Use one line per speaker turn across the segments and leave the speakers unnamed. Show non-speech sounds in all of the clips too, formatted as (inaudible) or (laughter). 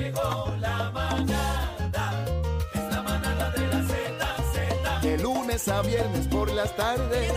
llegó la manada. Es la manada de la Z,
De lunes a viernes por las tardes.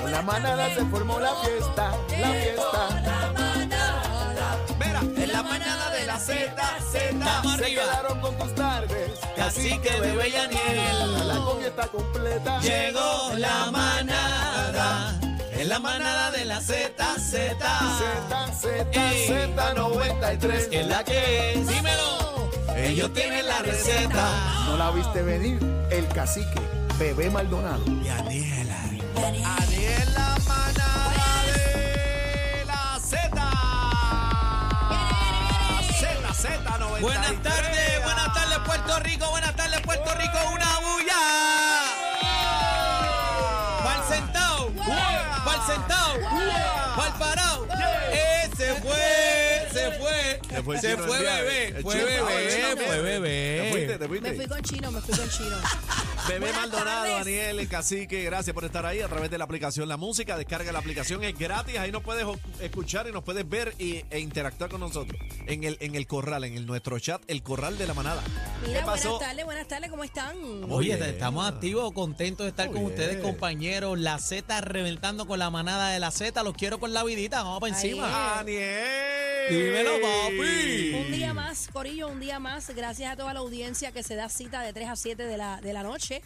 Con la manada se formó la fiesta, la fiesta.
La manada.
Vera,
Es la manada de la Z, Z.
Vamos
Se
arriba.
quedaron con tus tardes.
Cacique, bebé y Aniel.
La comida está completa.
Llegó la manada. Es la manada de la Z, Z.
Z, Z,
Ey.
Z, 93.
Es la que es. Dímelo. Ellos tienen la receta.
No la viste venir, el cacique, bebé Maldonado.
Y Aniela. Aniel, la manada de la Z. Z, Z, 93.
Buenas tardes, buenas tardes Puerto Rico, buenas tardes Puerto Rico, una bulla. Pal sentado, pal sentado, pal parado. Eh, se fue, se fue, se fue,
Chino el día,
bebé,
el
fue
chino. Ah, el
bebé,
chino
fue
también. Te
bebé.
fuiste, te
Me
fuiste.
fui con chino, me fui con chino.
Bebé
Buenas
Maldonado,
tardes.
Daniel, el cacique, gracias por estar ahí a través de la aplicación La Música. Descarga la aplicación, es gratis. Ahí nos puedes o- escuchar y nos puedes ver y- e interactuar con nosotros en el, en el corral, en el, nuestro chat, el corral de la manada.
Mira, buenas
¿Qué pasó?
tardes, buenas tardes, ¿cómo están?
Oye, estamos activos, contentos de estar
Muy
con ustedes,
bien.
compañeros. La Z reventando con la manada de la Z. Los quiero con la vidita. Vamos para
Ahí.
encima. Ah,
¡Daniel!
Dímelo, papi.
Un día más, Corillo, un día más. Gracias a toda la audiencia que se da cita de 3 a 7 de la, de la noche.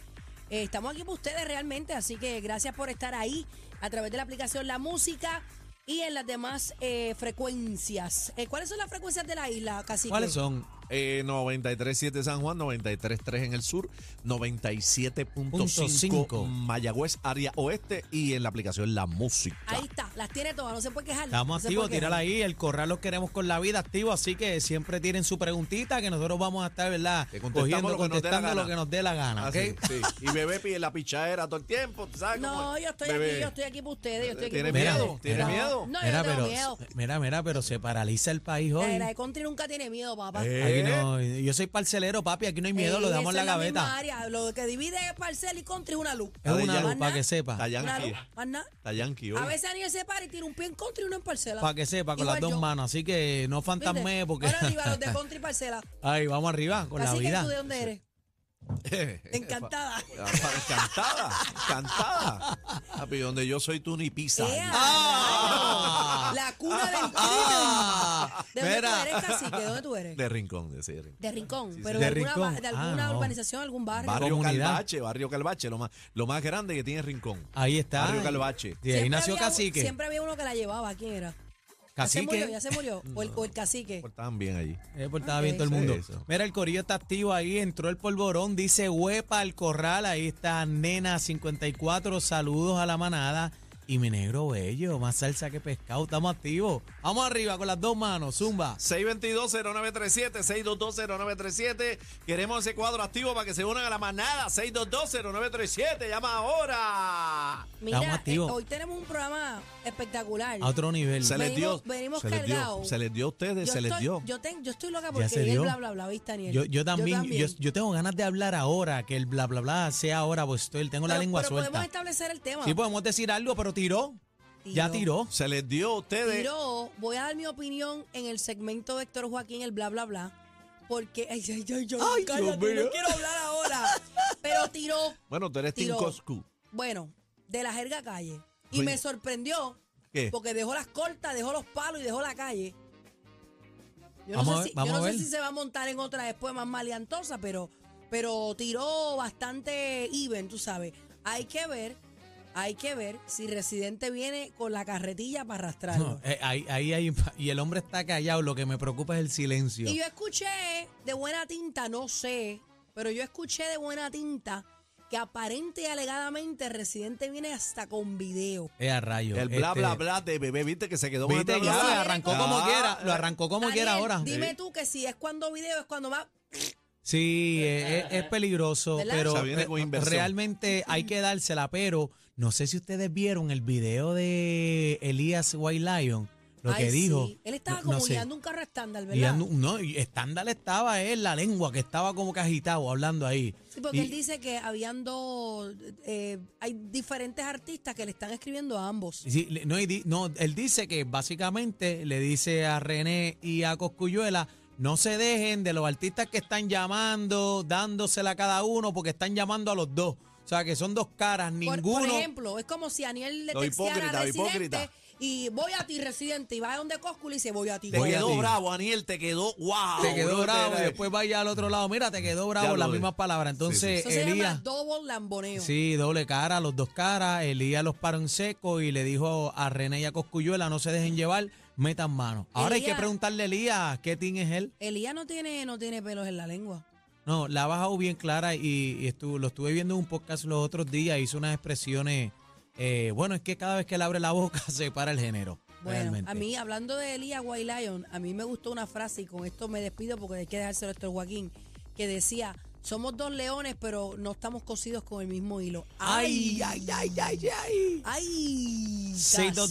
Eh, estamos aquí para ustedes realmente, así que gracias por estar ahí a través de la aplicación La Música y en las demás eh, frecuencias. Eh, ¿Cuáles son las frecuencias de la isla, Cacique?
¿Cuáles son?
Eh, 93.7 San Juan, 93.3 en el sur,
Punto cinco.
97.5 Mayagüez, área oeste y en la aplicación La Música.
Ahí está, las tiene todas, no se puede quejar. no
Estamos
se
activos,
puede quejar.
tírala ahí. El corral los queremos con la vida activo, así que siempre tienen su preguntita que nosotros vamos a estar, ¿verdad?
Te contestamos lo que nos dé la
contestando lo
gana.
que nos dé la gana, ¿ok?
Así, Ah, sí. Y bebé pide la pichadera todo el tiempo, ¿tú ¿sabes? cómo
No,
es?
yo estoy
Bebé.
aquí, yo estoy aquí para ustedes, yo estoy aquí
¿Tiene
para
miedo?
ustedes.
¿Tiene
No,
miedo?
No, yo
mira,
no tengo
pero, eh,
miedo.
mira, mira, pero se paraliza el país
La
hoy.
era de country nunca tiene miedo, papá.
Eh,
Aquí no, yo soy parcelero, papi, aquí no hay miedo,
Eh,
lo damos en
esa
la
es misma
gaveta.
área. Lo que divide parcel y country es una luz.
Es
de
una
Yankee.
luz, para que
Ah, Está
sepa.
Una
yankee.
luz, más nada.
Está yankee hoy.
A
(laughs)
veces Aniel se para y tira un pie en country y uno en parcela.
Para que sepa, con
Igual
las dos
yo.
manos. Así que no
¿Viste?
fantasme porque...
Ahora arriba, los
(laughs)
de country y parcela.
Ay, vamos arriba con la
Así que
vida.
tú de dónde
(laughs)
eres.
Eh,
Encantada.
Cantada, cantada. Papi, donde yo soy tú ni pisa.
¡Ea,
Ah.
rayos! La cuna del crimen.
(laughs) Ah,
¿De dónde tú
mira.
eres, cacique? ¿De dónde tú eres?
De rincón, de ese rincón.
De Rincón. Pero
sí.
de,
De
alguna,
Rincón.
ba- de
Ah,
alguna
no.
urbanización, algún barrio.
Barrio
comunidad.
Calvache, Barrio Calvache, lo más, lo más grande que tiene Rincón.
Ahí está.
Barrio Calvache.
De ahí
Siempre
nació
había un-
Cacique.
Siempre había uno que la llevaba. ¿Quién era? Ya se murió,
Cacique.
ya se murió. O el, o el cacique.
Portaban bien allí.
Eh, pues, estaba
Ah, Ok.
bien todo el
Sí,
mundo.
eso.
Mira, el corillo está activo ahí, entró el polvorón, dice huepa al corral, ahí está Nena54, saludos a la manada. Y mi negro bello, más salsa que pescado, estamos activos. Vamos arriba con las dos manos, zumba.
622-0937, 622-0937. Queremos ese cuadro activo para que se unan a la manada. 622-0937, llama ahora.
Estamos
Mira, eh,
activos.
hoy tenemos un programa espectacular.
A otro nivel.
Se les dio.
Venimos- venimos
se les dio.
cargados.
Se les dio a ustedes,
yo
se les
estoy,
dio.
Yo, ten- yo estoy loca porque
se
llegue el
dio.
bla bla bla, ¿viste, Daniel?
Yo, yo también, yo, yo tengo ganas de hablar ahora, que el bla bla bla sea ahora, pues estoy, tengo la
Pero-
lengua
pero podemos
suelta.
establecer el tema.
Sí, podemos decir algo, pero tiró. Ya tiró.
Se les dio a ustedes.
Tiró. voy a dar mi opinión en el segmento de Héctor Joaquín, el bla bla bla. Porque, ay, ay, ay, ay,
Ay,
cállate,
Dios mío.
no quiero hablar ahora.
(laughs)
Pero tiró,
Bueno, tú eres Tim
Tiró.
Coscu.
bueno, de la jerga calle. Y
Oye.
me sorprendió
¿Qué?
porque dejó las cortas, dejó los palos y dejó la calle. Yo
Vamos
no, sé,
a ver,
si,
vamos
yo no
a
sé
ver.
si se va a montar en otra después más maleantosa, pero, pero tiró bastante even, tú sabes. Hay que ver, hay que ver si Residente viene con la carretilla para arrastrarlo.
No, eh, ahí, ahí, hay- y el hombre está callado, lo que me preocupa es el silencio.
Y yo escuché de buena tinta, no sé, pero yo escuché de buena tinta que aparente y alegadamente Residente viene hasta con video.
Eh, a rayo.
El bla, bla,
este,
bla de bebé, viste que se quedó con el
Viste,
bla,
ya
bla,
lo
bla.
arrancó
Ya.
como quiera, lo arrancó como quiera
Daniel,
ahora.
Dime
Sí.
tú que si es cuando video es cuando va
Sí, eh, eh, es, peligroso,
¿Verdad?
pero
O sea, viene con
eh,
inversión.
realmente hay que dársela, pero no sé si ustedes vieron el video de Elías White Lion, lo
Ay,
que
sí.
dijo.
Él estaba
no-
como
no sé,
guiando un carro estándar, ¿verdad?
guiando- no, y estándar estaba él, la lengua que estaba como que agitado hablando ahí.
Sí, porque
Y-
él dice que habían dos, eh, hay diferentes artistas que le están escribiendo a ambos.
Y sí, le- no, y di- no, él dice que básicamente le dice a René y a Coscuyuela, No se dejen de los artistas que están llamando, dándosela a cada uno, porque están llamando a los dos. O sea, que son dos caras,
Por-
ninguno.
Por, ejemplo, es como si Aniel le
Lo
texteara
hipócrita,
a
lo
Residente
hipócrita.
y voy a ti, Residente, y va a donde Cosculo y dice voy a ti.
Te
Voy a
quedó
ti.
bravo, Aniel, te quedó wow.
te quedó
brother.
bravo y después vaya al otro lado. Mira, te quedó bravo
lo
las
vi.
mismas palabras. Entonces,
Eso se llama
Elías.
double lamboneo.
Sí, doble cara, los dos caras. Elías los paró en seco y le dijo a René y a Coscuyuela: no se dejen llevar, metan mano. Ahora hay que
Elías-
preguntarle a Elías qué team es él.
Elías no tiene, no tiene pelos en la lengua.
No, la ha bajado bien clara y, y estuvo- lo estuve viendo en un podcast los otros días. Hizo unas expresiones. eh, bueno, es que cada vez que él abre la boca (laughs) se para el género.
Bueno,
realmente.
a mí, hablando de Elías White Lion, a mí me gustó una frase y con esto me despido porque hay que dejárselo esto a Joaquín, que decía, somos dos leones pero no estamos cosidos con el mismo hilo.
¡Ay, ay, ay, ay, ay!
¡Ay!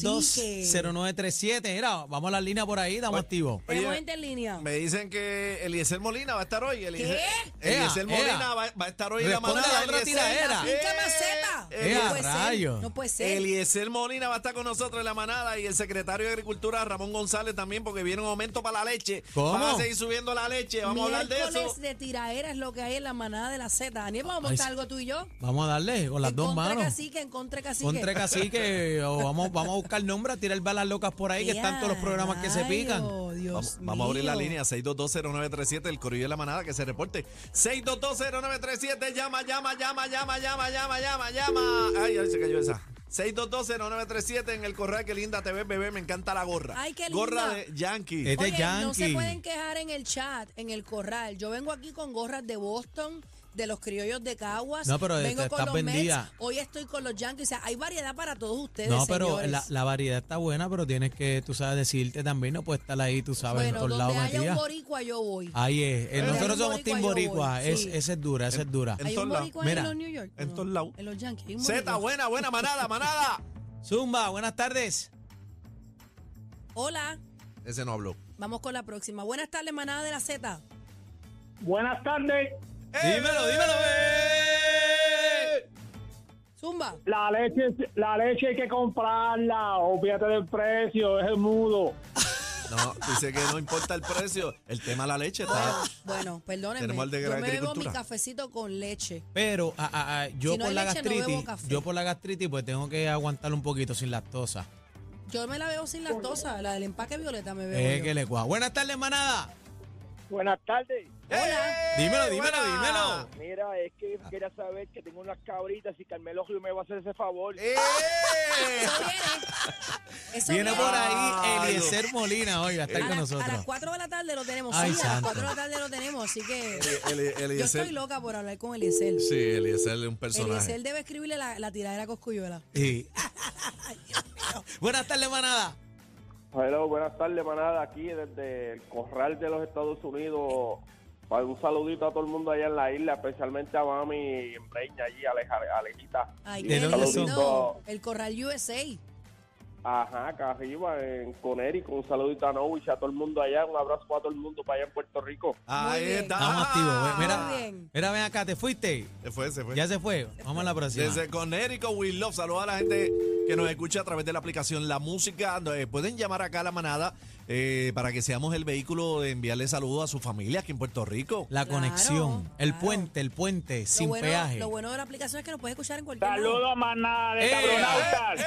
09
622-0937. Mira, vamos a la línea por ahí, estamos activos.
Tenemos
Oye,
gente en línea.
Me dicen que Eliezer Molina va a estar hoy. Eliezer,
¿Qué?
Eliezer
Ea,
Molina
ea.
va, va a estar hoy en la
Responde
manada.
la otra
Eliezer.
tiraera.
Eh,
¡Finca maceta!
eh,
no
a
puede
rayos.
ser. No puede ser.
Eliezer Molina va a estar con nosotros en la manada y el secretario de Agricultura Ramón González también porque viene un aumento para la leche.
¿Cómo?
Van a seguir subiendo la leche, vamos a hablar de eso.
Miércoles de tiraera es lo que hay en la manada de la Z. Daniel, vamos a
Ay,
montar
sí.
algo tú y yo.
Vamos a darle con las dos
Encontré
manos.
cacique, encontré cacique.
Contra cacique, o vamos, vamos a buscar nombres, a tirar balas locas por ahí, que están todos los programas que se pican.
Dios
Vamos, vamos a abrir la
mío.
línea 6220937, el Corillo de la Manada, que se reporte. 6220937, llama, llama, llama, llama, llama, llama, llama, llama. Ay, ay, se cayó esa. 6220937 en el corral, que linda te ves, bebé, me encanta la gorra.
Ay, qué
Gorra
linda.
de Yankee.
Eh, de
Oye, no se
Yankee.
pueden quejar en el chat, en el corral. Yo vengo aquí con gorras de Boston, de los criollos de Caguas.
No, pero
vengo
te-
con
estás
los Mets.
vendida.
Hoy estoy con los Yankees. O sea, hay variedad para todos ustedes.
No, pero eh,
señores.
la, la variedad está buena, pero tienes que, tú sabes, decidirte también, no puedes estar ahí, tú sabes, en
bueno,
todos
donde
lados
haya
metida.
un boricua, yo voy.
Ahí es. Eh,
Donde
Nosotros
hay un
somos
boricua,
Team
yo voy,
Boricua. Es,
sí.
Esa es dura, esa es dura.
en
¿Hay un
todos lados.
boricua
Mira,
en los New York?
en
No,
todos lados.
En los Yankees. hay un
Z,
boricua.
buena, buena, manada, manada.
Zumba, buenas tardes.
Hola,
Ese no habló.
vamos con la próxima. Buenas tardes, manada de la Z.
Buenas tardes.
(laughs) Dímelo,
Eh.
dímelo,
bebé.
Zumba.
La leche, la leche hay que comprarla. Olvídate del precio, es el mudo.
No, dice que no importa el precio. El tema de la leche está.
Eh,
Bueno, perdónenme.
Tenemos al de
Yo me bebo mi
agricultura.
cafecito con leche.
Pero ah, ah, ah, yo
Si no
por
hay
la
leche, no bebo
gastritis,
café.
yo por la gastritis, pues tengo que aguantar un poquito sin lactosa.
Yo me la bebo sin lactosa, la del empaque violeta me bebo.
Es
yo.
que le cuaja. Buenas tardes, manada.
Buenas tardes.
Hola.
Dímelo, dímelo, dímelo.
Mira, es que quería saber que tengo unas cabritas y Carmelo Río me va a hacer ese favor.
Eh,
Eso viene. Eso
Viene por ahí
Ay,
Eliezer Molina, oiga, está
A,
ahí con
las- a las
nosotros.
4 de la tarde lo tenemos.
Ay,
sí, a las
santo.
4 de la tarde lo tenemos. Así que
El, el- el-
yo estoy
Eliezer-
loca por hablar con Eliezer.
Sí, Eliezer es un personaje.
Eliezer debe escribirle la, la tiradera a Coscuyuela. (laughs)
Sí. Buenas tardes, manada.
Hello, buenas tardes, manada, aquí desde el corral de los Estados Unidos. Para un saludito a todo el mundo allá en la isla, especialmente a mami y Breña allí, a Aleja- a Alejita.
Ay,
Y
¿De
qué
un
dónde son?
lindo. El Corral USA.
Ajá, acá arriba, en Conérico, un saludito a Novich, a todo el mundo allá, un abrazo para todo el mundo para allá en Puerto Rico.
Ahí
Muy bien.
está.
Estamos activos. ve-
Ah, Muy
Mira,
bien.
mira, ven acá, te fuiste.
Se fue, se fue.
Ya se fue. Vamos a la próxima.
Desde Connecticut, We Love. Saludos a la gente que nos escucha a través de la aplicación La Música. Eh, pueden llamar acá a la manada eh, para que seamos el vehículo de enviarle saludos a su familia aquí en Puerto Rico.
La
Claro,
conexión, el
claro.
puente, el puente,
Lo
sin
bueno,
peaje.
lo bueno de la aplicación es que nos puedes escuchar en cualquier lado.
Saludos, maná de
Eh, eh.
cabronautas.